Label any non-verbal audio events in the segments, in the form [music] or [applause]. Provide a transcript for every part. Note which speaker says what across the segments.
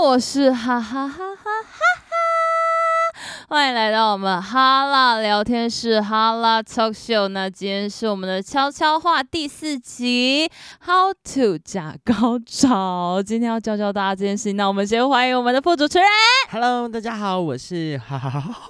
Speaker 1: 我是哈哈哈哈哈哈，欢迎来到我们哈拉聊天室哈拉 Talk Show。那今天是我们的悄悄话第四集，How to 假高潮。今天要教教大家这件事情。那我们先欢迎我们的副主持人
Speaker 2: Hello，大家好，我是哈哈哈哈哈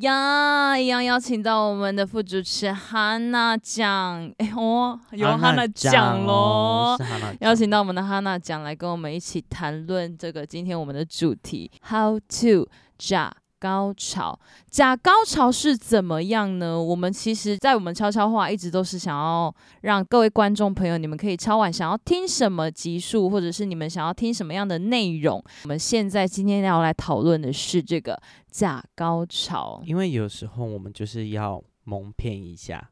Speaker 1: 呀，一样邀请到我们的副主持人哈娜酱。哎哦，有哈娜酱喽。
Speaker 2: 是哈娜
Speaker 1: 邀请到我们的哈娜讲来跟我们一起谈论这个今天我们的主题 How to 假高潮。假高潮是怎么样呢？我们其实，在我们悄悄话一直都是想要让各位观众朋友，你们可以敲碗想要听什么集数，或者是你们想要听什么样的内容。我们现在今天要来讨论的是这个假高潮。
Speaker 2: 因为有时候我们就是要蒙骗一下，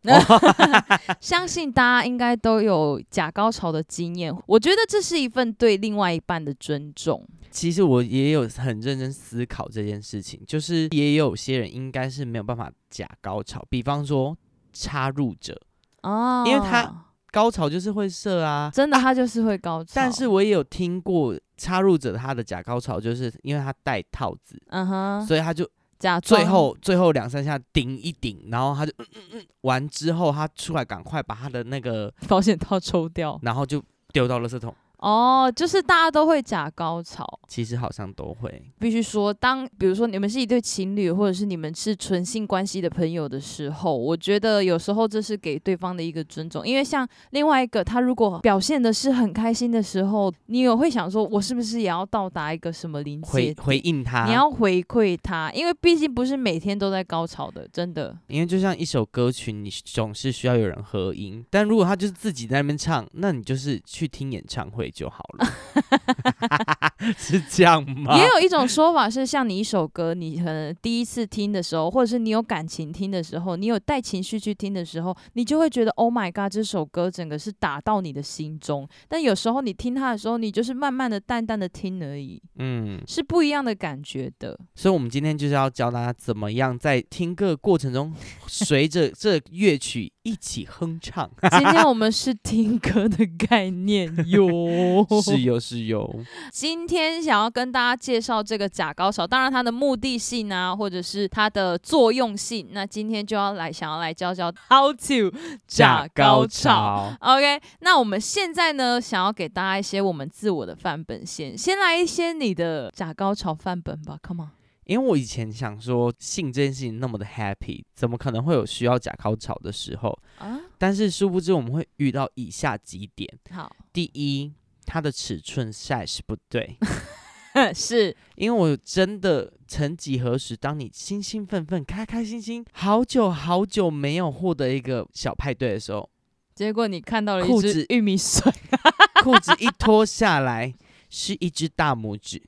Speaker 1: [laughs] 相信大家应该都有假高潮的经验，我觉得这是一份对另外一半的尊重。
Speaker 2: 其实我也有很认真思考这件事情，就是也有些人应该是没有办法假高潮，比方说插入者，
Speaker 1: 哦，
Speaker 2: 因为他高潮就是会射啊，
Speaker 1: 真的他就是会高潮，
Speaker 2: 但是我也有听过插入者他的假高潮，就是因为他戴套子，
Speaker 1: 嗯哼，
Speaker 2: 所以他就
Speaker 1: 假装
Speaker 2: 最
Speaker 1: [laughs]
Speaker 2: 后最后两三下顶一顶，然后他就嗯嗯嗯，完之后他出来赶快把他的那个，
Speaker 1: 保险套抽掉
Speaker 2: 然后就丢到垃圾桶。
Speaker 1: 哦，就是大家都会假高潮。
Speaker 2: 其实好像都会，
Speaker 1: 必须说，当比如说你们是一对情侣，或者是你们是纯性关系的朋友的时候，我觉得有时候这是给对方的一个尊重，因为像另外一个他如果表现的是很开心的时候，你也会想说，我是不是也要到达一个什么临界
Speaker 2: 回
Speaker 1: 点？
Speaker 2: 回应他。
Speaker 1: 你要回馈他，因为毕竟不是每天都在高潮的，真的。
Speaker 2: 因为就像一首歌曲，你总是需要有人合音，但如果他就是自己在那边唱，那你就是去听演唱会就好了， [laughs] 是这样
Speaker 1: [laughs]
Speaker 2: 吗？
Speaker 1: 也有一种说法是，像你一首歌，你可能第一次听的时候，或者是你有感情听的时候，你有带情绪去听的时候，你就会觉得 “Oh my God”，这首歌整个是打到你的心中。但有时候你听它的时候，你就是慢慢的、淡淡的听而已，
Speaker 2: 嗯，
Speaker 1: 是不一样的感觉的。
Speaker 2: 所以我们今天就是要教大家怎么样在听歌的过程中，随着这乐曲一起哼唱。。
Speaker 1: 今天我们是听歌的概念哟 [laughs]
Speaker 2: [laughs] 是有是有，
Speaker 1: 今天想要跟大家介绍这个假高潮，当然它的目的性啊，或者是它的作用性。那今天就要来想要来教教 how to 假高潮。。OK，那我们现在呢，想要给大家一些我们自我的范本先，先来一些你的假高潮范本吧，Come on。
Speaker 2: 因为我以前想说性这件事情那么的 happy，怎么可能会有需要假高潮的时候？
Speaker 1: 啊，
Speaker 2: 但是殊不知我们会遇到以下几点：
Speaker 1: 好，
Speaker 2: 第一，它的尺寸 size 不
Speaker 1: [laughs]
Speaker 2: 对，
Speaker 1: [laughs] 是
Speaker 2: 因为我真的曾几何时，当你兴兴奋奋、开开心心，好久好久没有获得一个小派对的时候，
Speaker 1: 结果你看到了一
Speaker 2: 裤
Speaker 1: 只
Speaker 2: 子
Speaker 1: 玉米笋， [laughs]
Speaker 2: 裤子一脱下来是一只大拇指，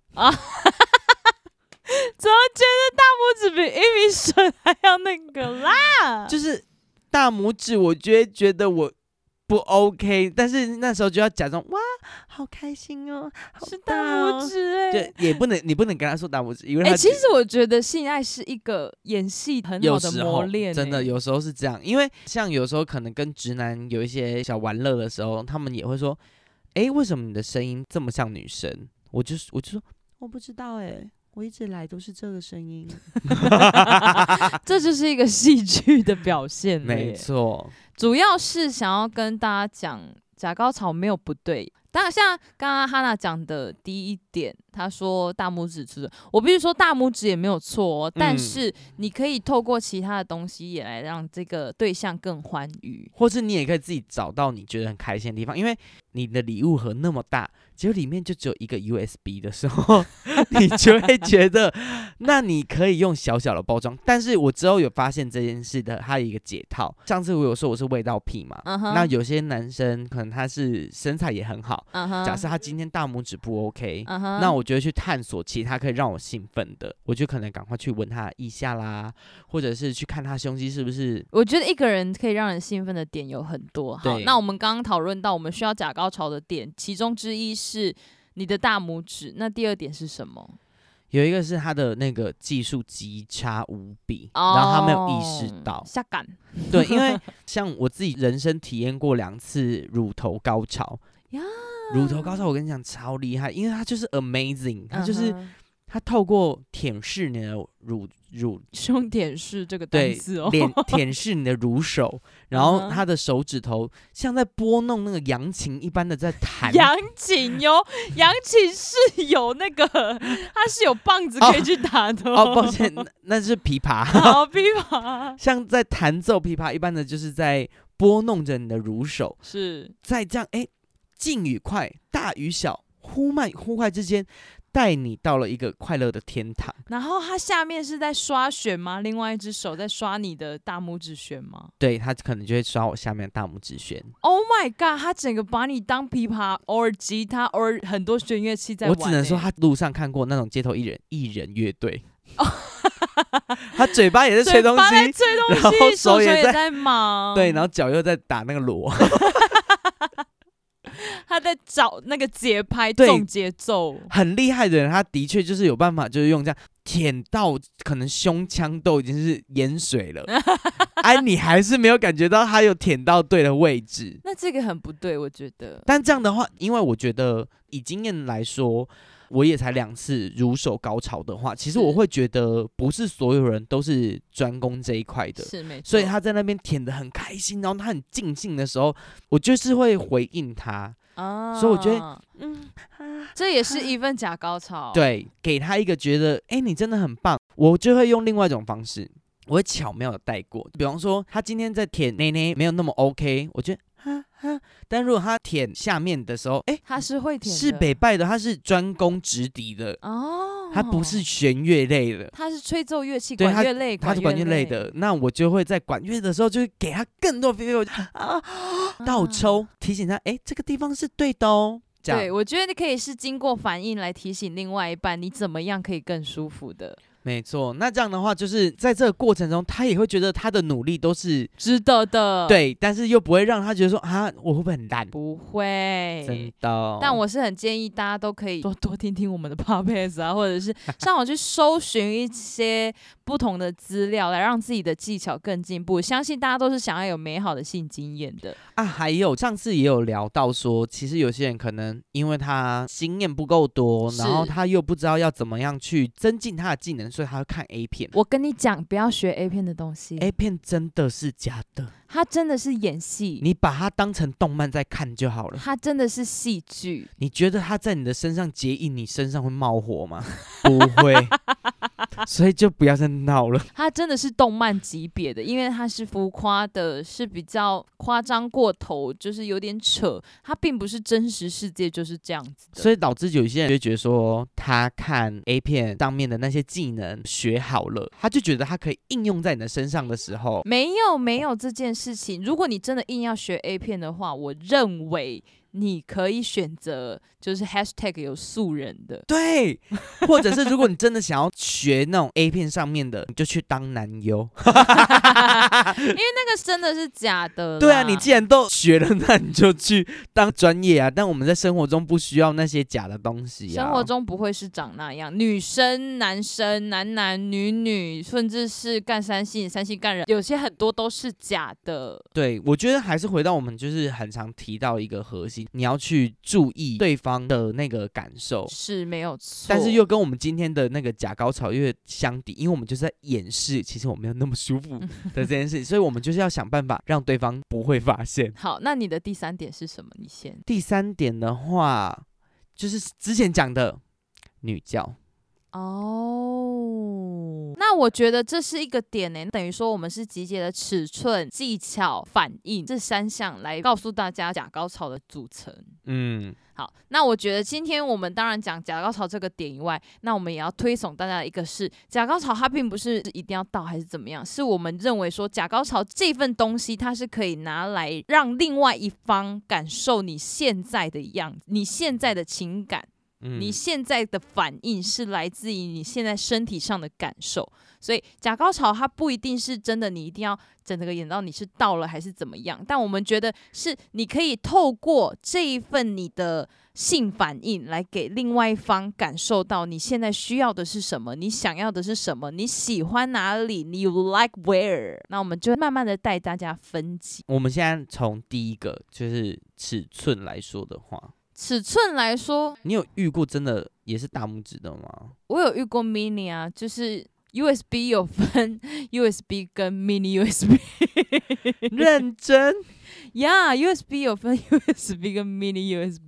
Speaker 1: 怎么觉得大拇指比玉米笋还要那个啦？
Speaker 2: 就是大拇指，我就会觉得我不 OK，但是那时候就要假装哇，好开心哦，好
Speaker 1: 是大
Speaker 2: 大
Speaker 1: 拇
Speaker 2: 哦。
Speaker 1: 指哎、
Speaker 2: 对，啊也不能，你不能跟他说大拇指，因为
Speaker 1: 哎、
Speaker 2: 他
Speaker 1: 其
Speaker 2: 只、
Speaker 1: 实我觉得性爱是一个演戏很好
Speaker 2: 有
Speaker 1: 的
Speaker 2: 时
Speaker 1: 磨
Speaker 2: 候
Speaker 1: 练、
Speaker 2: 真的
Speaker 1: 欸
Speaker 2: 有时候是这样，因为像有时候可能跟直男有一些小玩乐的时候，他们也会说，哎，为什么你的声音这么像女生？我就是我就说我不知道哎、我一直来都是这个声音，
Speaker 1: 这就是一个戏剧的表现了耶。
Speaker 2: 没错，
Speaker 1: 主要是想要跟大家讲，假高潮没有不对。当然，像刚刚哈娜讲的第一点，她说大拇指吃，我必须说大拇指也没有错、哦，但
Speaker 2: 嗯
Speaker 1: 是你可以透过其他的东西也来让这个对象更欢愉。
Speaker 2: 或是你也可以自己找到你觉得很开心的地方，因为你的礼物盒那么大，结果里面就只有一个 USB 的时候， [laughs] 你就会觉得，那你可以用小小的包装。但是我之后有发现这件事的，它有一个解套。上次我有说我是味道癖嘛，
Speaker 1: 嗯哼，
Speaker 2: 那有些男生可能他是身材也很好，
Speaker 1: 嗯哼，
Speaker 2: 假设他今天大拇指不 OK，、
Speaker 1: 嗯哼，
Speaker 2: 那我觉得去探索其他可以让我兴奋的，我就可能赶快去闻他的腋下啦，或者是去看他胸肌是不是
Speaker 1: 我觉得一个人可以让人兴奋的点有很多。好，
Speaker 2: 对
Speaker 1: 那我们刚刚讨论到我们需要假高潮的点，其中之一是你的大拇指，那第二点是什么？
Speaker 2: 有一个是他的那个技术极差无比然后他没有意识
Speaker 1: 哦。
Speaker 2: 到
Speaker 1: [laughs] 下哦感
Speaker 2: 对，因为像我自己人生体验过两次乳头高潮，
Speaker 1: 呀，
Speaker 2: 乳头高潮，我跟你讲超厉害，因为它就是 amazing，它就是、
Speaker 1: 嗯哼
Speaker 2: 它透过舔舐你的乳乳，
Speaker 1: 胸点是这个单
Speaker 2: 对
Speaker 1: 词哦，
Speaker 2: 舔舔舐你的
Speaker 1: [laughs]
Speaker 2: 乳手，
Speaker 1: 嗯
Speaker 2: 然后
Speaker 1: 哼
Speaker 2: 它的手指头像在拨弄那个扬琴一般的在弹，
Speaker 1: 扬琴哟，扬琴是有那个，它是有棒子可以去打的
Speaker 2: 哦，抱歉， [laughs] 那那是琵琶，
Speaker 1: 好琵琶
Speaker 2: 像在弹奏琵琶一般的，就是在拨弄着你的乳手，
Speaker 1: 是
Speaker 2: 在这样哎，近与快，大与小，忽慢忽快之间，带你到了一个快乐的天堂。
Speaker 1: 然后它下面是在刷弦吗？另外一只手在刷你的大拇指弦吗
Speaker 2: 对他可能就会刷我下面的大拇指弦，
Speaker 1: ？Oh my god！它整个把你当琵琶 or 吉他 or 很多弦乐器在
Speaker 2: 我
Speaker 1: 玩欸、
Speaker 2: 只能说他路上看过那种街头艺人艺人乐队，他哦 [laughs] 嘴巴也在吹
Speaker 1: 嘴
Speaker 2: 东
Speaker 1: 巴在
Speaker 2: 西，
Speaker 1: 吹东西，
Speaker 2: 然后
Speaker 1: 手
Speaker 2: 手也
Speaker 1: 也
Speaker 2: 在嗯
Speaker 1: 在忙，
Speaker 2: 对，然后脚又在打那个锣，
Speaker 1: 他在找那个节拍、
Speaker 2: 对
Speaker 1: 重节奏。
Speaker 2: 很厉害的人，他的确就是有办法，就是用这样舔到可能胸腔都已经是盐水 [laughs] 了，哎，你还是没有感觉到他有舔到对的位置。
Speaker 1: 那这个很不对，我觉得。
Speaker 2: 但这样的话，因为我觉得以经验来说，我也才两次如手高潮的话，其实我
Speaker 1: 是
Speaker 2: 会觉得不是所有人都是专攻这一块的，
Speaker 1: 是没错，
Speaker 2: 所以他在那边舔的很开心，然后他很尽兴的时候，我就是会回应他，
Speaker 1: 啊，
Speaker 2: 所以我觉得
Speaker 1: 嗯，啊这也是一份假高潮。，
Speaker 2: 对，给他一个觉得，哎、你真的很棒，我就会用另外一种方式，我会巧妙的带过，比方说他今天在舔内内没有那么 OK，我觉得。哈哈，但如果他舔下面的时候，哎、
Speaker 1: 他是会舔的，
Speaker 2: 是北拜的，他是专攻直笛的，
Speaker 1: 哦，
Speaker 2: 它不是，弦乐类的，
Speaker 1: 他是吹奏乐器，
Speaker 2: 对
Speaker 1: 管
Speaker 2: 它
Speaker 1: 乐类，嗯
Speaker 2: 它是管乐类，的。那我就会在管乐的时候，就会给他更多 feel 啊，
Speaker 1: 嗯
Speaker 2: 倒抽提醒他，哎，这个地方是对的哦。这
Speaker 1: 对，
Speaker 2: 样
Speaker 1: 我觉得你可以是经过反应来提醒另外一半，你怎么样可以更舒服的，
Speaker 2: 没错。那这样的话，就是在这个过程中，他也会觉得他的努力都是
Speaker 1: 值得的。，
Speaker 2: 对，但是又不会让他觉得说啊，我会不会很烂？
Speaker 1: 不会，
Speaker 2: 真的。哦
Speaker 1: 但我是很建议大家都可以多多听听我们的 podcast [laughs] 啊，或者是上网去搜寻一些不同的资料，来让自己的技巧更进步。相信大家都是想要有美好的性经验的，
Speaker 2: 啊，还有上次也有聊到说，其实有些人可能因为他经验不够多，然后
Speaker 1: 是
Speaker 2: 他又不知道要怎么样去增进他的技能，所以他会看 A 片。
Speaker 1: 我跟你讲，不要学 A 片的东西
Speaker 2: A 片真的是假的，
Speaker 1: 它真的是演戏，
Speaker 2: 你把它当成动漫在看就好了。
Speaker 1: 它真的是戏剧。
Speaker 2: 你觉得它在你的身上结印，你身上会冒火吗？不
Speaker 1: [laughs]
Speaker 2: 会，所以就不要再闹了。
Speaker 1: 它真的是动漫级别的，因为它是浮夸的，是比较夸张过头，就是有点扯。它并不是真实世界就是这样子的。
Speaker 2: 所以导致有一些人就会觉得说，他看 A 片上面的那些技能学好了，他就觉得他可以应用在你的身上的时候，
Speaker 1: 没有没有这件事情。如果你真的硬要学 A 片的话，我认为你可以选择就是 hashtag 有素人的。 [laughs]
Speaker 2: 对，或者是如果你真的想要学那种 A 片上面的，你就去当男优。
Speaker 1: 因为那个真的是假的啦。
Speaker 2: 对啊，你既然都学了，那你就去当专业啊。但我们在生活中不需要那些假的东西啊。
Speaker 1: 生活中不会是长那样，女生、男生、男男女女，甚至是干三性、三性干人，有些很多都是假的。
Speaker 2: 对，我觉得还是回到我们就是很常提到一个核心，你要去注意对方的那个感受。
Speaker 1: 是没有错，
Speaker 2: 哦但是又跟我们今天的那个假高潮又相抵，因为我们就是在掩饰，其实我没有那么舒服的这件事，所以我们就是要想办法让对方不会发现。
Speaker 1: 好。那你的第三点是什么？你先
Speaker 2: 第三点的话，就是之前讲的女教，
Speaker 1: 哦。那我觉得这是一个点呢、等于说我们是集结了尺寸、技巧、反应这三项来告诉大家假高潮的组成。
Speaker 2: 嗯，
Speaker 1: 好，那我觉得今天我们当然讲假高潮这个点以外，那我们也要推崇大家的一个是，假高潮它并不是一定要到还是怎么样，是我们认为说假高潮这份东西，它是可以拿来让另外一方感受你现在的样子，你现在的情感。
Speaker 2: 嗯
Speaker 1: 你现在的反应是来自于你现在身体上的感受，所以假高潮它不一定是真的，你一定要整个演到你是到了还是怎么样。但我们觉得是你可以透过这一份你的性反应来给另外一方感受到你现在需要的是什么，你想要的是什么，你喜欢哪里，你 like where。那我们就慢慢的带大家分级。
Speaker 2: 我们现在从第一个就是尺寸来说的话，
Speaker 1: 尺寸来说，
Speaker 2: 你有遇过真的也是大拇指的吗？ [laughs]
Speaker 1: 我有遇过 mini 啊，就是 USB 有分 [laughs] USB 跟 mini [laughs] USB
Speaker 2: 认真，
Speaker 1: 呀、yeah,，USB 有分 [laughs] USB 跟 mini USB。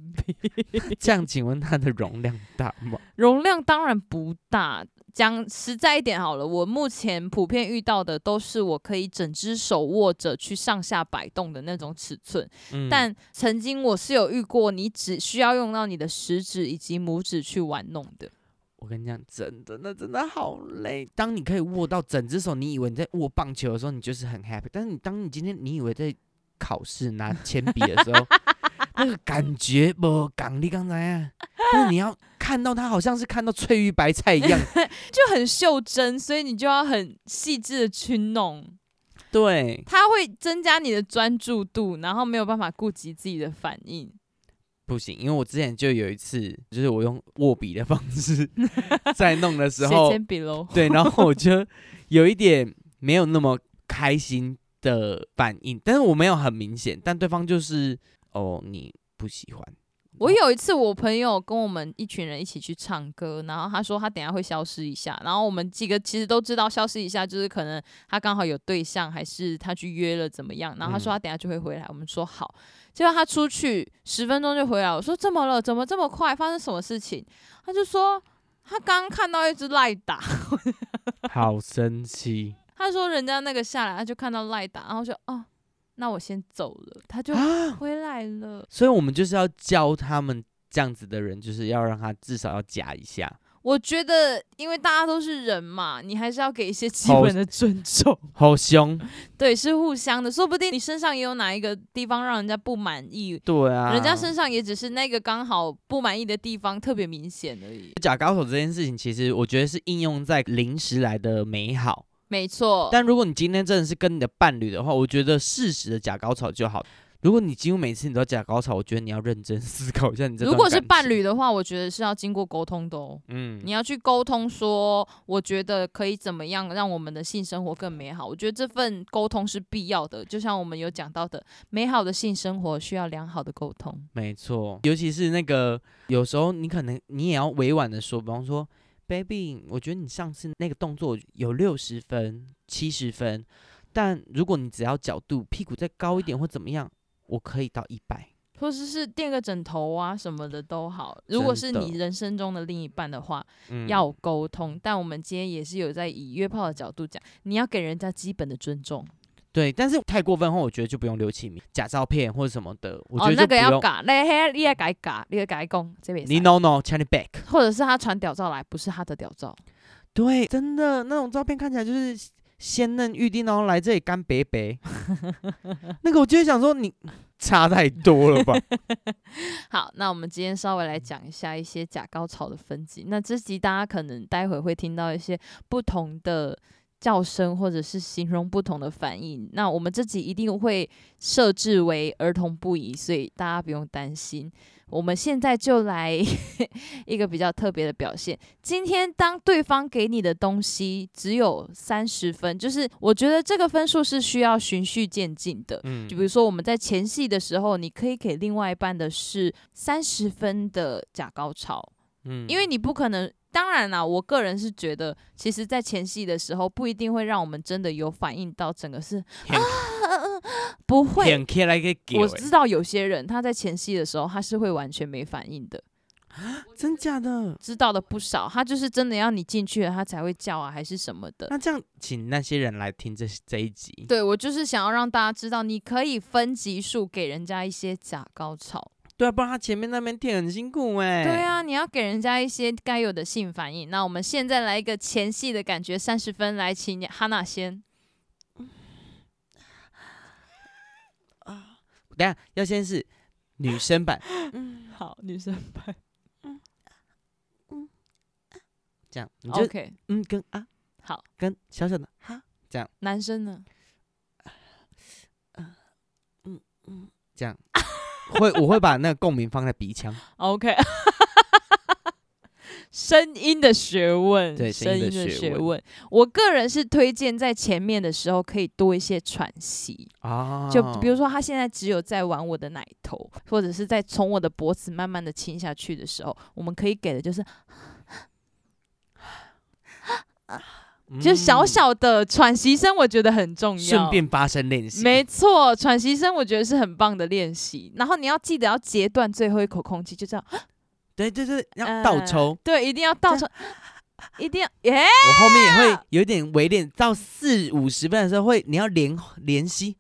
Speaker 2: 这样请问它的容量大吗？
Speaker 1: 容量当然不大。讲实在一点好了，我目前普遍遇到的都是我可以整只手握着去上下摆动的那种尺寸，
Speaker 2: 嗯
Speaker 1: 但曾经我是有遇过，你只需要用到你的食指以及拇指去玩弄的。
Speaker 2: 我跟你讲，真的，那真的好累。当你可以握到整只手，你以为你在握棒球的时候，你就是很 happy。但是你当你今天你以为在考试拿铅笔的时候， [laughs] 那个感觉不港你刚才啊，但是你要看到它，好像是看到翠玉白菜一样。
Speaker 1: 就很袖珍，所以你就要很细致的去弄，
Speaker 2: 对，
Speaker 1: 它会增加你的专注度，然后没有办法顾及自己的反应。
Speaker 2: 不行，因为我之前就有一次，就是我用握笔的方式 [laughs] 在弄的时
Speaker 1: 谁
Speaker 2: 候，
Speaker 1: 先比
Speaker 2: [laughs]
Speaker 1: 喽？
Speaker 2: 对，然后我就有一点没有那么开心的反应，但是我没有很明显，但对方就是哦，你不喜欢，
Speaker 1: 我有一次，我朋友跟我们一群人一起去唱歌，然后他说他等一下会消失一下，然后我们几个其实都知道消失一下就是可能他刚好有对象，还是他去约了怎么样，然后他说
Speaker 2: 嗯
Speaker 1: 他等一下就会回来，我们说好，结果他出去十分钟就回来，我说怎么了？怎么这么快？发生什么事情？他就说他刚看到一只赖打，
Speaker 2: 好生气
Speaker 1: 他说人家那个下来，他就看到赖打，然后就哦，那我先走了，他就
Speaker 2: [laughs] 啊！
Speaker 1: 回来了。
Speaker 2: 所以我们就是要教他们这样子的人，就是要让他至少要夹一下。
Speaker 1: 我觉得，因为大家都是人嘛，你还是要给一些基
Speaker 2: 好
Speaker 1: 本的尊重。
Speaker 2: 好凶，
Speaker 1: 对，是互相的，说不定你身上也有哪一个地方让人家不满意，
Speaker 2: 对啊，
Speaker 1: 人家身上也只是那个刚好不满意的地方特别明显而已。
Speaker 2: 假高手这件事情，其实我觉得是应用在临时来的美好。
Speaker 1: 没错，
Speaker 2: 但如果你今天真的是跟你的伴侣的话，我觉得适时的假高潮就好。如果你几乎每次你都要假高潮，我觉得你要认真思考一下你这。
Speaker 1: 如果是伴侣，的话，我觉得是要经过沟通的哦。
Speaker 2: 嗯
Speaker 1: 你，要去沟通说，我觉得可以怎么样让我们的性生活更美好。我觉得这份沟通是必要的，就像我们有讲到的，美好的性生活需要良好的沟通。
Speaker 2: 没错，尤其是那个有时候你可能你也要委婉的说，比方说，baby，我觉得你上次那个动作有六十分、七十分，但如果你只要角度屁股再高一点或怎么样，我可以到一百。
Speaker 1: 或者是垫个枕头啊什么的都好。如果是
Speaker 2: 真的
Speaker 1: 你人生中的另一半的话，
Speaker 2: 嗯
Speaker 1: 要沟通。但我们今天也是有在以约炮的角度讲，你要给人家基本的尊重。
Speaker 2: 对，但是太过分的话，我觉得就不用留起名、假照片或者什么的，我觉
Speaker 1: 哦
Speaker 2: 得，就
Speaker 1: 那
Speaker 2: 不
Speaker 1: 个
Speaker 2: 用。
Speaker 1: 要改，那嘿，你也改改，你也改讲这边。
Speaker 2: 你 no no，请你 back。
Speaker 1: 或者是他传屌照来，不是他的屌照。
Speaker 2: 对，真的那种照片看起来就是鲜嫩欲滴，然后来这里干白白。那个我就会想说你 [laughs] 差太多了吧？
Speaker 1: [laughs] 好，那我们今天稍微来讲一下一些假高潮的分级。那这集大家可能待会会听到一些不同的叫声，或者是形容不同的反应。那我们这集一定会设置为儿童不宜，所以大家不用担心。我们现在就来 [laughs] 一个比较特别的表现。今天当对方给你的东西只有三十分，就是我觉得这个分数是需要循序渐进的。
Speaker 2: 嗯
Speaker 1: 就比如说我们在前戏的时候，你可以给另外一半的是三十分的假高潮，
Speaker 2: 嗯
Speaker 1: 因为你不可能。当然啦，我个人是觉得，其实，在前戏的时候不一定会让我们真的有反应到整个是，啊呃
Speaker 2: 很
Speaker 1: 不会。
Speaker 2: 很开来个给，欸
Speaker 1: 我知道有些人他在前戏的时候他是会完全没反应的，
Speaker 2: 真假的？
Speaker 1: 知道的不少，他就是真的要你进去了他才会叫啊，还是什么的。
Speaker 2: 那这样，请那些人来听这这一集。
Speaker 1: 对我就是想要让大家知道，你可以分级数给人家一些假高潮。
Speaker 2: 对啊，不然他前面那边听很辛苦哎、
Speaker 1: 对，啊，你要给人家一些该有的性反应。那我们现在来一个前戏的感觉，三十分来，请哈娜先。
Speaker 2: 等一下要先是女
Speaker 1: [laughs]
Speaker 2: 生版，
Speaker 1: 好，女生拍。
Speaker 2: 这样你就
Speaker 1: OK，
Speaker 2: 嗯跟啊
Speaker 1: 好，
Speaker 2: 跟小小的哈
Speaker 1: 男生呢？
Speaker 2: 这样，会我会把那个共鸣放在鼻腔。
Speaker 1: OK，声音的学问，
Speaker 2: 对声
Speaker 1: 声
Speaker 2: 音的
Speaker 1: 音的
Speaker 2: 学
Speaker 1: 学
Speaker 2: 问
Speaker 1: 问。我个人是推荐在前面的时候可以多一些喘息，
Speaker 2: 啊，
Speaker 1: [laughs] 就比如说他现在只有在玩我的奶头，或者是在从我的脖子慢慢的亲下去的时候，我们可以给的就是就是小
Speaker 2: 嗯
Speaker 1: 小的喘息声，我觉得很重要。
Speaker 2: 顺便发声练习，
Speaker 1: 没错，喘息声我觉得是很棒的练习。然后你要记得要截断最后一口空气，就这样。
Speaker 2: 对对对，要倒
Speaker 1: 嗯
Speaker 2: 抽。
Speaker 1: 对，一定要倒抽， [gasps] 一定要耶
Speaker 2: 我后面也会有点微练，到四五十分的时候会，你要连
Speaker 1: [laughs]
Speaker 2: 连吸，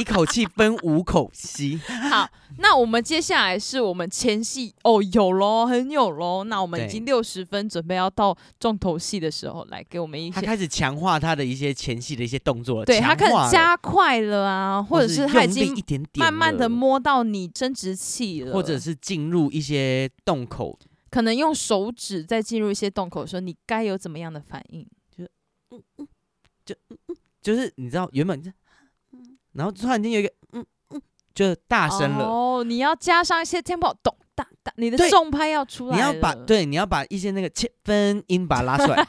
Speaker 2: 一口气分五口吸，
Speaker 1: 好，那我们接下来是我们前戏哦，有喽，很有喽。那我们已
Speaker 2: 对
Speaker 1: 经六十分，准备要到重头戏的时候，来给我们一
Speaker 2: 他
Speaker 1: 些。
Speaker 2: 开始强化他的一些前戏的一些动作了，
Speaker 1: 对他
Speaker 2: 强
Speaker 1: 可
Speaker 2: 化
Speaker 1: 能
Speaker 2: 了，
Speaker 1: 加快了啊，或者
Speaker 2: 是
Speaker 1: 是他已
Speaker 2: 用力
Speaker 1: 经
Speaker 2: 一点点
Speaker 1: 慢慢的
Speaker 2: 了，
Speaker 1: 摸到你生殖器了，
Speaker 2: 或者是进入一些洞口，
Speaker 1: 可能用手指在进入一些洞口的时候，你该有怎么样的反应？
Speaker 2: 就是你知道原本就，然后突然间有一个嗯嗯，就大声了。
Speaker 1: 哦，你要加上一些 tempo，咚哒哒，你的
Speaker 2: 对
Speaker 1: 重拍要出来
Speaker 2: 你要把
Speaker 1: 了
Speaker 2: 对，你要把一些那个切分音把它拉出来，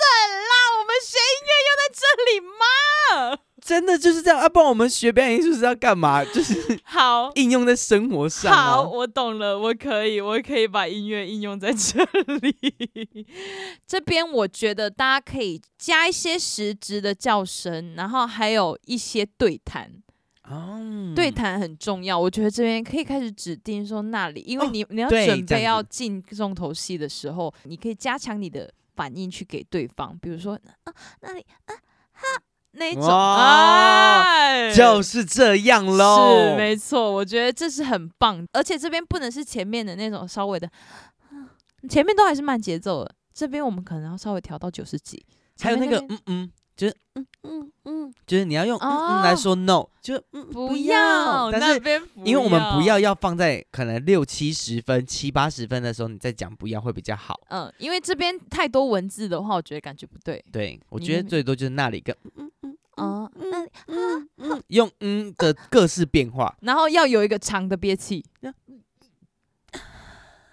Speaker 1: 怎啦？我们学音乐又在这里吗？
Speaker 2: 真的就是这样。啊，不然我们学表演艺术是要
Speaker 1: [laughs]
Speaker 2: 干嘛？就是
Speaker 1: 好。
Speaker 2: 应用在生活上、啊。
Speaker 1: 好，我懂了，我可以，我可以把音乐应用在这里。 [laughs] 这边我觉得大家可以加一些实质的叫声，然后还有一些对谈，
Speaker 2: 哦，
Speaker 1: 对谈很重要。我觉得这边可以开始指定说那里，因为
Speaker 2: 哦
Speaker 1: 你、你要
Speaker 2: 对
Speaker 1: 准
Speaker 2: 这样
Speaker 1: 备要
Speaker 2: 子
Speaker 1: 进重头戏的时候，你可以加强你的反应去给对方，比如说啊那里啊哈那一种，
Speaker 2: 哇
Speaker 1: 哎
Speaker 2: 哦就是这样喽。
Speaker 1: 是没错，我觉得这是很棒，而且这边不能是前面的那种稍微的，啊前面都还是慢节奏的，这边我们可能要稍微调到九十几。
Speaker 2: 还有那
Speaker 1: 前
Speaker 2: 个
Speaker 1: 面
Speaker 2: 嗯嗯，就是嗯嗯嗯，就是你要用嗯
Speaker 1: 哦
Speaker 2: 嗯来说 no，就嗯
Speaker 1: 不
Speaker 2: 要，
Speaker 1: 要，
Speaker 2: 但
Speaker 1: 那
Speaker 2: 是。
Speaker 1: 边
Speaker 2: 因为我们不要，要放在可能六七十分、七八十分的时候，你再讲不要会比较好。
Speaker 1: 嗯，因为这边太多文字的话，我觉得感觉不对。
Speaker 2: 对，我
Speaker 1: 你
Speaker 2: 觉得
Speaker 1: 那
Speaker 2: 最多就是那里跟
Speaker 1: 啊、
Speaker 2: 哦
Speaker 1: 那
Speaker 2: 用嗯的各式变化。
Speaker 1: 然后要有一个长的憋气
Speaker 2: 那，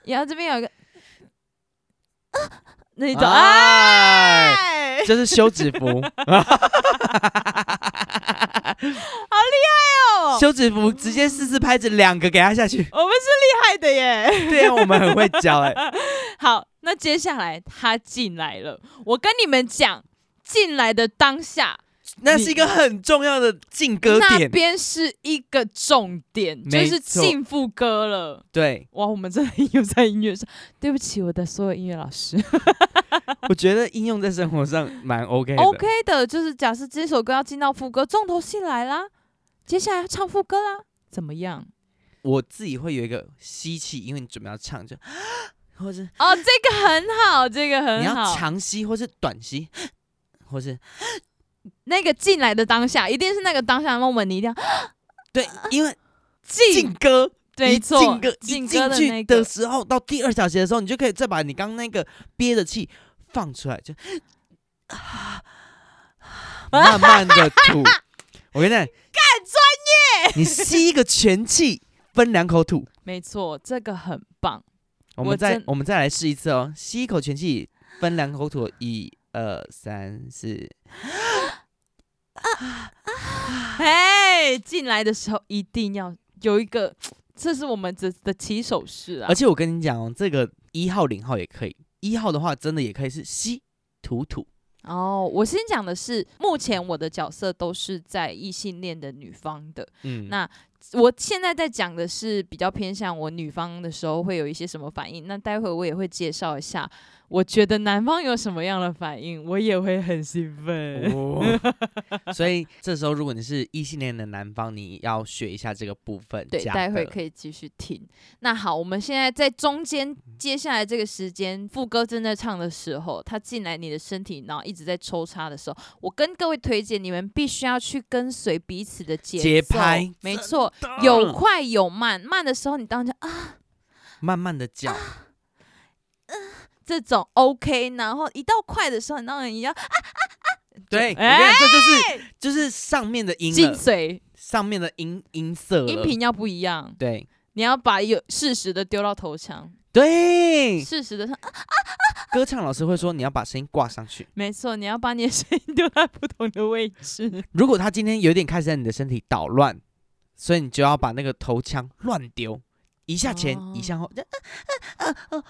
Speaker 1: 然后这边有一
Speaker 2: [laughs]
Speaker 1: 个，那种啊，
Speaker 2: 哎，
Speaker 1: 哎
Speaker 2: 这是休止符，
Speaker 1: [laughs] 哦
Speaker 2: 休止符直接四四拍子两个给他
Speaker 1: [laughs]
Speaker 2: 下去。
Speaker 1: 我们是厉害的耶。 [laughs]
Speaker 2: 对啊，我们很会教哎、
Speaker 1: 好，那接下来他进来了，我跟你们讲，进来的当下，
Speaker 2: 那是一个很重要的进歌
Speaker 1: 那
Speaker 2: 点。
Speaker 1: 边是一个重点，就
Speaker 2: 没
Speaker 1: 是
Speaker 2: 错
Speaker 1: 幸福歌了。
Speaker 2: 对，
Speaker 1: [laughs] 哇，我们真的有在音乐上，对不起我的所有音乐老师。
Speaker 2: 我觉得应用在生活上 [laughs] 蛮 OK 的。
Speaker 1: OK 的，就是假设这首歌要进到副歌，重头戏来啦，接下来要唱副歌啦，怎么样？
Speaker 2: 我自己会有一个吸气，因为你准备要唱，就 [gasps] 或是
Speaker 1: 哦，这个很好，这个
Speaker 2: 你
Speaker 1: 很
Speaker 2: 要
Speaker 1: 好。
Speaker 2: 长吸，或是短吸， [gasps] 或是
Speaker 1: 那个进来的当下，一定是那个当下的 moment，你一定要
Speaker 2: 对，因为
Speaker 1: 进
Speaker 2: 进，歌，
Speaker 1: 没
Speaker 2: 一
Speaker 1: 错，
Speaker 2: 进歌一
Speaker 1: 进
Speaker 2: 进
Speaker 1: 歌
Speaker 2: 去
Speaker 1: 那
Speaker 2: 的
Speaker 1: 个。
Speaker 2: 时候，到第二小节的时候，你就可以再把你刚那个憋的气放出 [laughs] 来，就慢慢的吐。我跟你讲，干专业，你吸一个全气，分两口吐。
Speaker 1: 没错，这个很棒。
Speaker 2: 我
Speaker 1: 我
Speaker 2: 们再
Speaker 1: 真
Speaker 2: 我们再来试一次哦，吸一口全气，分两口吐，一二三四，
Speaker 1: 嘿，进来的时候一定要有一个，这是我们的的起手式啊
Speaker 2: 而。且我跟你讲哦，这个一号零号也可以，一号的话真的也可以是吸吐吐，
Speaker 1: 哦，我先讲的是，目前我的角色都是在异性恋的女方的，
Speaker 2: 嗯，
Speaker 1: 那我现在在讲的是比较偏向我女方的时候会有一些什么反应，那待会我也会介绍一下，我觉得男方有什么样的反应，我也会很兴奋。
Speaker 2: 哦 [laughs] 所以这时候如果你是异性恋的男方，你要学一下这个部分，
Speaker 1: 对，待会可
Speaker 2: 以。
Speaker 1: 以继续听。那好，我们现在在中间
Speaker 2: 嗯
Speaker 1: 接下来这个时间，副歌正在唱的时候，他进来你的身体，然后一直在抽插的时候，我跟各位推荐，你们必须要去跟随彼此的节
Speaker 2: 节
Speaker 1: 奏
Speaker 2: 拍
Speaker 1: 没错，
Speaker 2: 的
Speaker 1: 有快有慢，慢的时候你当然就啊
Speaker 2: [laughs] 慢慢的叫，
Speaker 1: 这种 OK，然后一到快的时候，你当然也要
Speaker 2: 对，我跟你
Speaker 1: 哎
Speaker 2: 讲，这就是就是上面的音
Speaker 1: 精
Speaker 2: 了，呃
Speaker 1: 髓，
Speaker 2: 上面的音音色
Speaker 1: 音
Speaker 2: 了，
Speaker 1: 频要不一样。
Speaker 2: 对，
Speaker 1: 你要把有事实的丢到头墙， [laughs]
Speaker 2: 对，
Speaker 1: 事实的上，啊
Speaker 2: 歌唱老师会说你要把声音挂上去。
Speaker 1: 没错，你要把你的声音丢在不同的位置。 [laughs]
Speaker 2: 如果他今天有点开始在你的身体捣乱，所以你就要把那个头腔乱丢，一下前、一下后，呃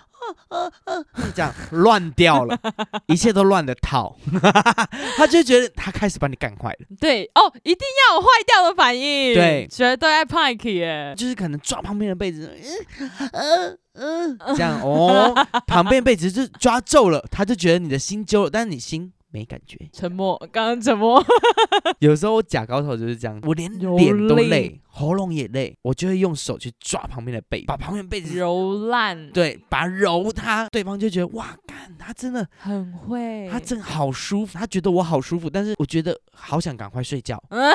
Speaker 2: 这样 [laughs] 乱掉了，一切都乱的套， [laughs] 他就觉得他开始把你干坏了。
Speaker 1: 对哦，一定要有坏掉的反应，
Speaker 2: 对
Speaker 1: 绝对爱 Pike 耶。
Speaker 2: 就是可能抓旁边的被子，嗯嗯嗯，这样哦， [laughs] 旁边被子就抓皱了，他就觉得你的心揪了，但是你心没感觉。
Speaker 1: 沉默，刚刚沉
Speaker 2: [laughs]
Speaker 1: 默。
Speaker 2: 有时候我假高潮就是这样，我连
Speaker 1: 揉
Speaker 2: 脸都
Speaker 1: 累
Speaker 2: 累，喉咙也累，我就会用手去抓旁边的被子，把旁边的被 [laughs] 子
Speaker 1: 揉烂，
Speaker 2: 对，把它揉它，对方就觉得哇，干他真的，
Speaker 1: 很会。
Speaker 2: 他真好舒服，他觉得我好舒服，但是我觉得好想赶快睡觉，
Speaker 1: [laughs] 嗯，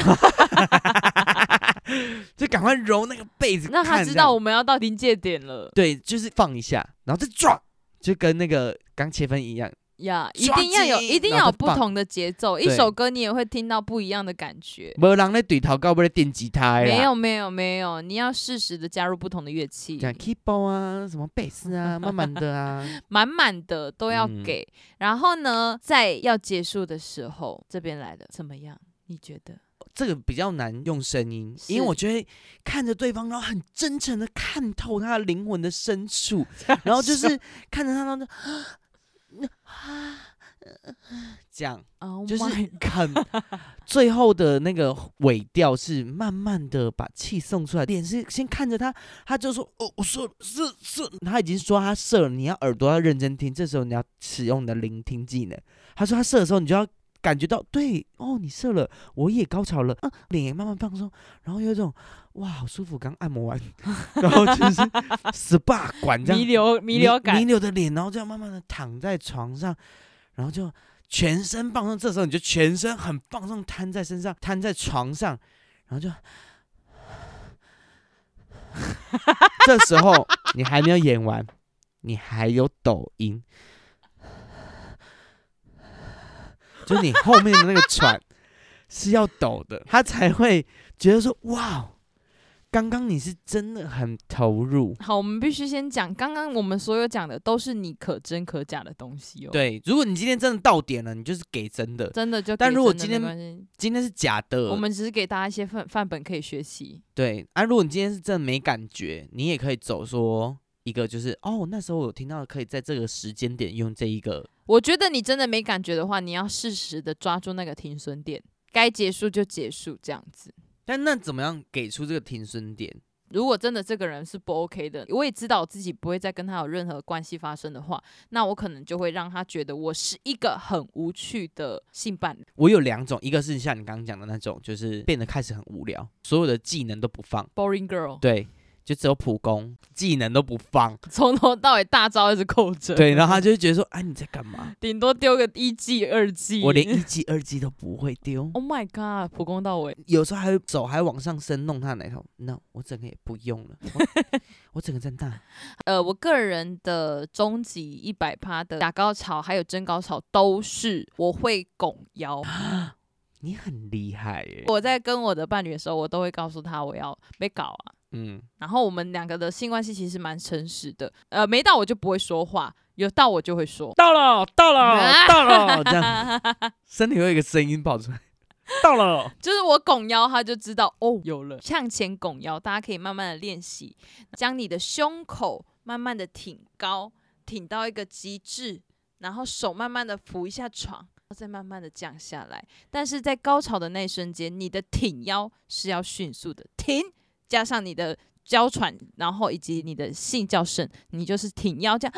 Speaker 2: 就赶快揉那个被子
Speaker 1: 那
Speaker 2: 看。
Speaker 1: 他知
Speaker 2: 这样
Speaker 1: 道我们要到临界点了
Speaker 2: 对，就是放一下，然后再抓，就跟那个刚切分一样。
Speaker 1: 呀一
Speaker 2: 抓
Speaker 1: 定要有，
Speaker 2: 紧
Speaker 1: 一定
Speaker 2: 然
Speaker 1: 要
Speaker 2: 后
Speaker 1: 有
Speaker 2: 就
Speaker 1: 不
Speaker 2: 放
Speaker 1: 同的节奏，一
Speaker 2: 对
Speaker 1: 首歌你也会听到不一样的感觉。
Speaker 2: 没人在对头高，不在电吉他的啦
Speaker 1: 没有没有没有，你要适时的加入不同的乐器，
Speaker 2: 讲 keyboard 啊，什么贝斯啊，慢慢的啊，
Speaker 1: 满满的都要
Speaker 2: 嗯
Speaker 1: 给。然后呢，在要结束的时候，这边来的怎么样？你觉得？
Speaker 2: 这个比较难用声音，因
Speaker 1: 是
Speaker 2: 为我觉得看着对方，然后很真诚的看透他的灵魂的深处，然后就是看着他，然后就 [gasps] [sighs] 这样，
Speaker 1: 哦，
Speaker 2: 就是很最后的那个尾调是慢慢的把气送出来，脸是先看着他，他就说哦，我射了射射，他已经说他射了，你要耳朵要认真听，这时候你要使用你的聆听技能。他说他射的时候，你就要感觉到对哦，你射了，我也高潮了，嗯，脸也慢慢放松，然后有一种哇好舒服，刚按摩完， [laughs] 然后就是 [laughs] SPA 管这样
Speaker 1: 弥留弥留感
Speaker 2: 弥，留的脸，然后这样慢慢的躺在床上，然后就全身放松。这时候你就全身很放松，瘫在身上，瘫在床上，然后就，这时候你还没有演完，你还有抖音，就是你后面的那个喘是要抖的，他才会觉得说哇。哦刚刚你是真的很投入，
Speaker 1: 好，我们必须先讲，刚刚我们所有讲的都是你可真可假的东西哦。，
Speaker 2: 对，如果你今天真的到点了，你就是给真的；
Speaker 1: 真的就给真的。
Speaker 2: 但如果今天呃
Speaker 1: 没关系
Speaker 2: 今天是假的，
Speaker 1: 我们只是给大家一些范范本可以学习。
Speaker 2: 对啊。如果你今天是真的没感觉，你也可以走说一个就是哦，那时候我听到可以在这个时间点用这一个，
Speaker 1: 我觉得你真的没感觉的话，你要适时的抓住那个停损点，该结束就结束，这样子。
Speaker 2: 但那怎么样给出这个停损点？
Speaker 1: 如果真的这个人是不 OK 的，我也知道我自己不会再跟他有任何关系发生的话，那我可能就会让他觉得我是一个很无趣的性伴侣，
Speaker 2: 我有两种，一个是像你刚刚讲的那种，就是变得开始很无聊，所有的技能都不放，
Speaker 1: boring girl，
Speaker 2: 对，就只有普攻，技能都不放，
Speaker 1: [laughs] 从头到尾大招一直 [laughs] 扣着，
Speaker 2: 对，然后他就会觉得说，哎、你在
Speaker 1: [laughs]
Speaker 2: 干嘛？
Speaker 1: 顶多丢个一季二季，
Speaker 2: 我
Speaker 1: [laughs]
Speaker 2: 连一级、二级都不会丢。
Speaker 1: Oh my god，普攻到尾，
Speaker 2: 有时候还会手还往上伸弄他的奶头，那、我整个也不用了， [laughs] 我我整个在那，
Speaker 1: 呃，我个人的终极一百趴的假高潮还有真高潮都是我会拱腰， [laughs]
Speaker 2: 你很厉害耶。
Speaker 1: 我在跟我的伴侣的时候，我都会告诉他我要被搞啊。
Speaker 2: 嗯，
Speaker 1: 然后我们两个的性关系其实蛮诚实的，呃，没到我就不会说话，有到我就会说。
Speaker 2: 到了，到
Speaker 1: 啊
Speaker 2: 了，到了， [laughs] 这样身体会有一个声音跑出来， [laughs] 到了。
Speaker 1: 就是我拱腰，他就知道哦，有了。向前拱腰，大家可以慢慢的练习，将你的胸口慢慢的挺高，挺到一个极致，然后手慢慢的扶一下床，再慢慢的降下来。但是在高潮的那一瞬间，你的挺腰是要迅速的挺，加上你的娇喘，然后以及你的性叫声，你就是挺腰这样，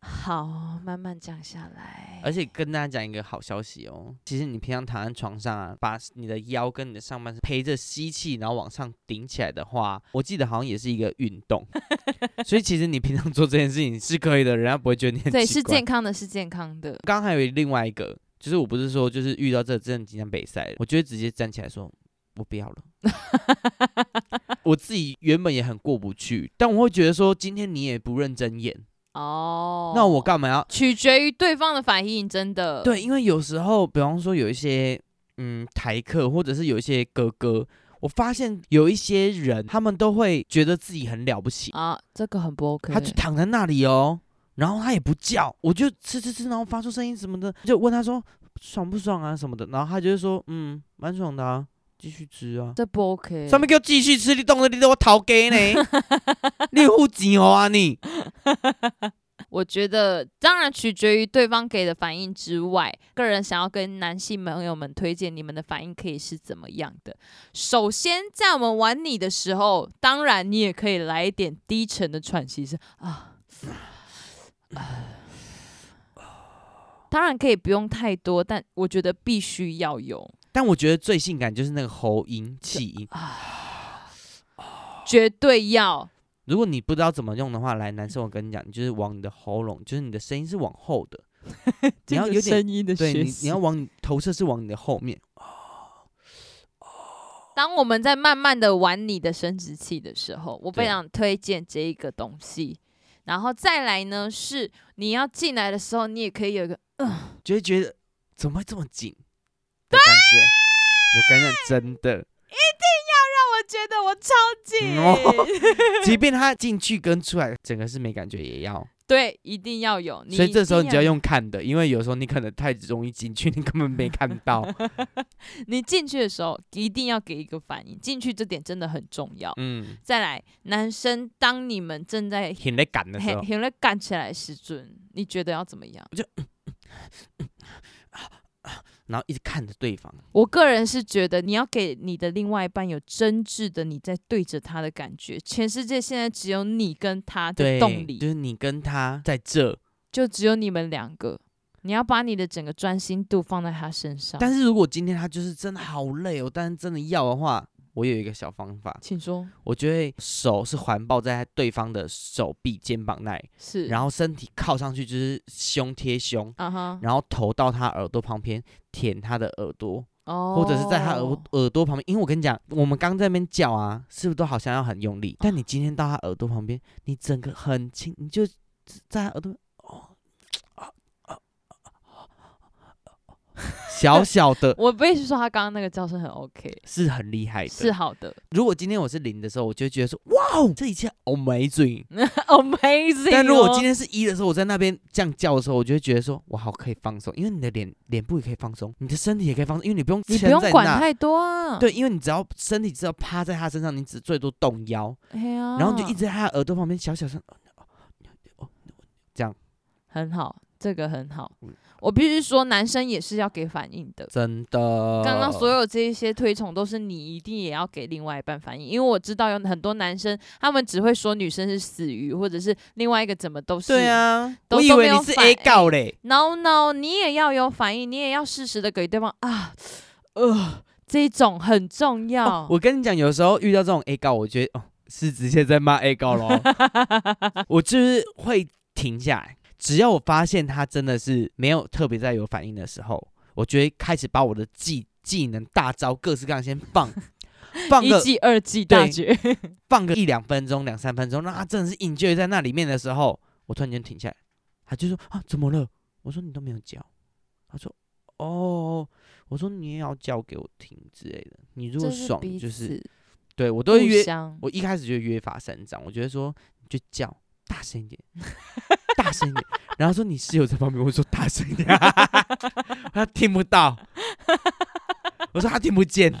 Speaker 1: 好，慢慢降下来。
Speaker 2: 而且跟大家讲一个好消息哦，其实你平常躺在床上啊，把你的腰跟你的上半身陪着吸气，然后往上顶起来的话，我记得好像也是一个运 [laughs] 动，所以其实你平常做这件事情是可以的，人家不会觉得你很
Speaker 1: 对，
Speaker 2: 奇
Speaker 1: 是
Speaker 2: 怪
Speaker 1: 健康的，是健康的。 [laughs]
Speaker 2: 刚刚还有另外一个，就是我不是说，就是遇到这真的即将比赛，我就会直接站起来说，我不要了。我自己原本也很过不去，但我会觉得说，今天你也不认真演，
Speaker 1: 哦，
Speaker 2: 那我干嘛要？
Speaker 1: 取决于对方的反应，真的。
Speaker 2: 对，因为有时候，比方说有一些嗯台客，或者是有一些哥哥，我发现有一些人，他们都会觉得自己很了不起，
Speaker 1: 啊，这个很不 OK。
Speaker 2: 他就躺在那里哦，然后他也不叫，我就吃吃吃，然后发出声音什么的，就问他说爽不爽啊什么的，然后他就会说嗯，蛮爽的啊，继续吃啊。
Speaker 1: 这不 OK。
Speaker 2: 上面给我继续吃，你动了你都我逃给呢，你有钱哦啊你，
Speaker 1: 我觉得当然取决于对方给的反应之外，个人想要跟男性朋友们推荐你们的反应可以是怎么样的。首先，在我们玩你的时候，当然你也可以来一点低沉的喘息声啊。当然可以不用太多，但我觉得必须要有，
Speaker 2: 但我觉得最性感就是那个喉音、气音。
Speaker 1: 啊绝对要。
Speaker 2: 如果你不知道怎么用的话，来，男生，我跟你讲，你就是往你的喉咙，就是你的声音是往后的，你要
Speaker 1: 这个
Speaker 2: 有点
Speaker 1: 声音的
Speaker 2: 对
Speaker 1: 学
Speaker 2: 你，
Speaker 1: 习
Speaker 2: 你要往你投射是往你的后面。
Speaker 1: 当我们在慢慢的玩你的生殖器的时候，我非
Speaker 2: 对
Speaker 1: 常推荐这一个东西。然后再来呢，是你要进来的时候，你也可以有一个啊
Speaker 2: 就会觉得怎么会这么紧的感觉。我跟你讲，真的，
Speaker 1: 我觉得我超紧，
Speaker 2: 哦
Speaker 1: [laughs]
Speaker 2: 即便他进去跟出来，整个是没感觉也要。
Speaker 1: 对，一定要有。
Speaker 2: 所以这时候你就要
Speaker 1: 用，
Speaker 2: 用看的，因为有时候你可能太容易进去，你根本没看
Speaker 1: [laughs]
Speaker 2: 到。
Speaker 1: 你进去的时候一定要给一个反应，进去这点真的很重要。
Speaker 2: 嗯，
Speaker 1: 再来，男生当你们正在
Speaker 2: 很在赶的时
Speaker 1: 很
Speaker 2: 候，
Speaker 1: 很在干起来时准，你觉得要怎么样？
Speaker 2: 然后一直看着对方，
Speaker 1: 我个人是觉得你要给你的另外一半有真挚的你在对着他的感觉。全世界现在只有你跟他的
Speaker 2: 对，
Speaker 1: 动
Speaker 2: 就
Speaker 1: 力，
Speaker 2: 是你跟他在这。
Speaker 1: 就只有你们两个。你要把你的整个专心度放在他身上。
Speaker 2: 但是如果今天他就是真的好累哦，但是真的要的话，我有一个小方法，
Speaker 1: 请说，
Speaker 2: 我就会手是环抱在对方的手臂、肩膀那里，
Speaker 1: 是，
Speaker 2: 然后身体靠上去，就是胸贴胸，
Speaker 1: 啊哈，
Speaker 2: 然后头到他耳朵旁边，舔他的耳朵，
Speaker 1: 哦，
Speaker 2: 或者是在他耳耳朵旁边。因为我跟你讲，我们刚在那边叫啊，是不是都好像要很用力？但你今天到他耳朵旁边，你整个很轻，你就在他耳朵哦，小小的
Speaker 1: 我不是说他刚刚那个叫声很 OK，
Speaker 2: 是很厉害的。
Speaker 1: 是好的 [laughs]
Speaker 2: 如果今天我是零的时候，我就会觉得说，哇，哦，这一切 amazing。
Speaker 1: ，Amazing 哦。
Speaker 2: 但如果今天是一的时候，我在那边这样叫的时候，我就会觉得说，我好可以放松，因为你的脸脸部也可以放松，你的身体也可以放松，因为你不用
Speaker 1: 你
Speaker 2: 你
Speaker 1: 不用管太多啊，
Speaker 2: 对，因为你只要身体只要趴在他身上，你只最多动腰，
Speaker 1: 嘿啊，
Speaker 2: 然后你就一直在他耳朵旁边小小声，
Speaker 1: 很好，这个很好
Speaker 2: 嗯。
Speaker 1: 我必须说，男生也是要给反应的。
Speaker 2: 真的。
Speaker 1: 刚刚所
Speaker 2: 哦
Speaker 1: 有这一些推崇都是你一定也要给另外一半反应，因为我知道有很多男生他们只会说女生是死鱼，或者是另外一个怎么都是。
Speaker 2: 对啊，
Speaker 1: 都
Speaker 2: 我以
Speaker 1: 都没
Speaker 2: 为
Speaker 1: 有
Speaker 2: 你是
Speaker 1: 反
Speaker 2: A 告嘞，
Speaker 1: ，no no，你也要有反应，你也要适时的给对方啊，呃，这种很重要。
Speaker 2: 哦我跟你讲，有时候遇到这种 A 告，我觉得哦是直接在骂 A
Speaker 1: [laughs]
Speaker 2: 告咯，我就是会停下来，只要我发现他真的是没有特别在有反应的时候，我就会开始把我的技技能大招各式各样先放 [laughs] 放
Speaker 1: 一
Speaker 2: 个
Speaker 1: 季、二季大
Speaker 2: 对
Speaker 1: 绝，
Speaker 2: 放个一两分钟、两三分钟，让他真的是 enjoy 在那里面的时候，我突然间停下来，他就说啊，怎么了？我说你都没有教，他说哦，我说你也要教给我听之类的，你如
Speaker 1: [laughs]
Speaker 2: 果
Speaker 1: 这
Speaker 2: 爽
Speaker 1: 彼
Speaker 2: 就是
Speaker 1: 此
Speaker 2: 对我都会
Speaker 1: 互
Speaker 2: 约，
Speaker 1: 相
Speaker 2: 我一开始就约法三章，我觉得说你就叫大声一点，大声一点，然后说你室友在旁边，我说大声一点， [laughs] 他听不到， [laughs] 我说他听不见，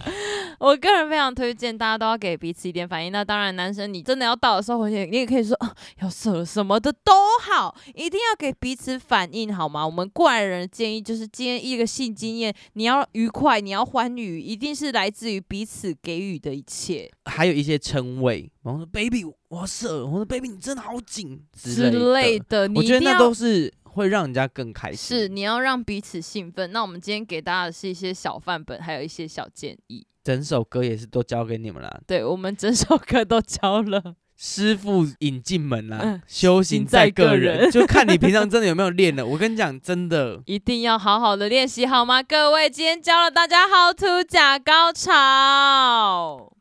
Speaker 1: 我个人非常推荐大家都要给彼此一点反应。那当然，男生你真的要到的时候，也你也可以说啊，要射了什么的都好，一定要给彼此反应，好吗？我们过来人的建议就是，今天一个性经验，你要愉快，你要欢愉，一定是来自于彼此给予的一切
Speaker 2: 还有一些称谓，然后说 baby 我要射，我说 baby 你真的好紧
Speaker 1: 之类
Speaker 2: 类的，
Speaker 1: 的。你
Speaker 2: 我
Speaker 1: 一
Speaker 2: 觉得
Speaker 1: 定
Speaker 2: 那
Speaker 1: 要
Speaker 2: 都是会让人家更开心。
Speaker 1: 是你要让彼此兴奋。那我们今天给大家的是一些小范本，还有一些小建议。
Speaker 2: 整首歌也是都交给你们啦，
Speaker 1: 对我们整首歌都教了，
Speaker 2: 师傅引进门啦、
Speaker 1: 嗯
Speaker 2: 修行在个
Speaker 1: 行在个人 [laughs]
Speaker 2: 就看你平常真的有没有练了。我跟你讲，真的，
Speaker 1: 一定要好好的练习，好吗？各位，今天教了大家 how to 假高潮。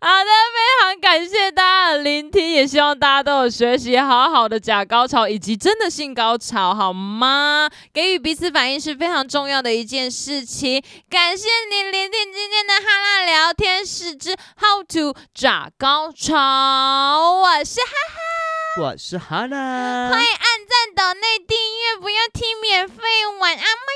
Speaker 1: 好的，非常感谢大家的聆听，也希望大家都有学习好好的假高潮以及真的性高潮，好吗？给予彼此反应是非常重要的一件事情。感谢你聆听今天的哈拉聊天室之 how to 假高潮，我是
Speaker 2: 我是哈娜，
Speaker 1: 按赞、岛内订阅，不要听免费。晚安，么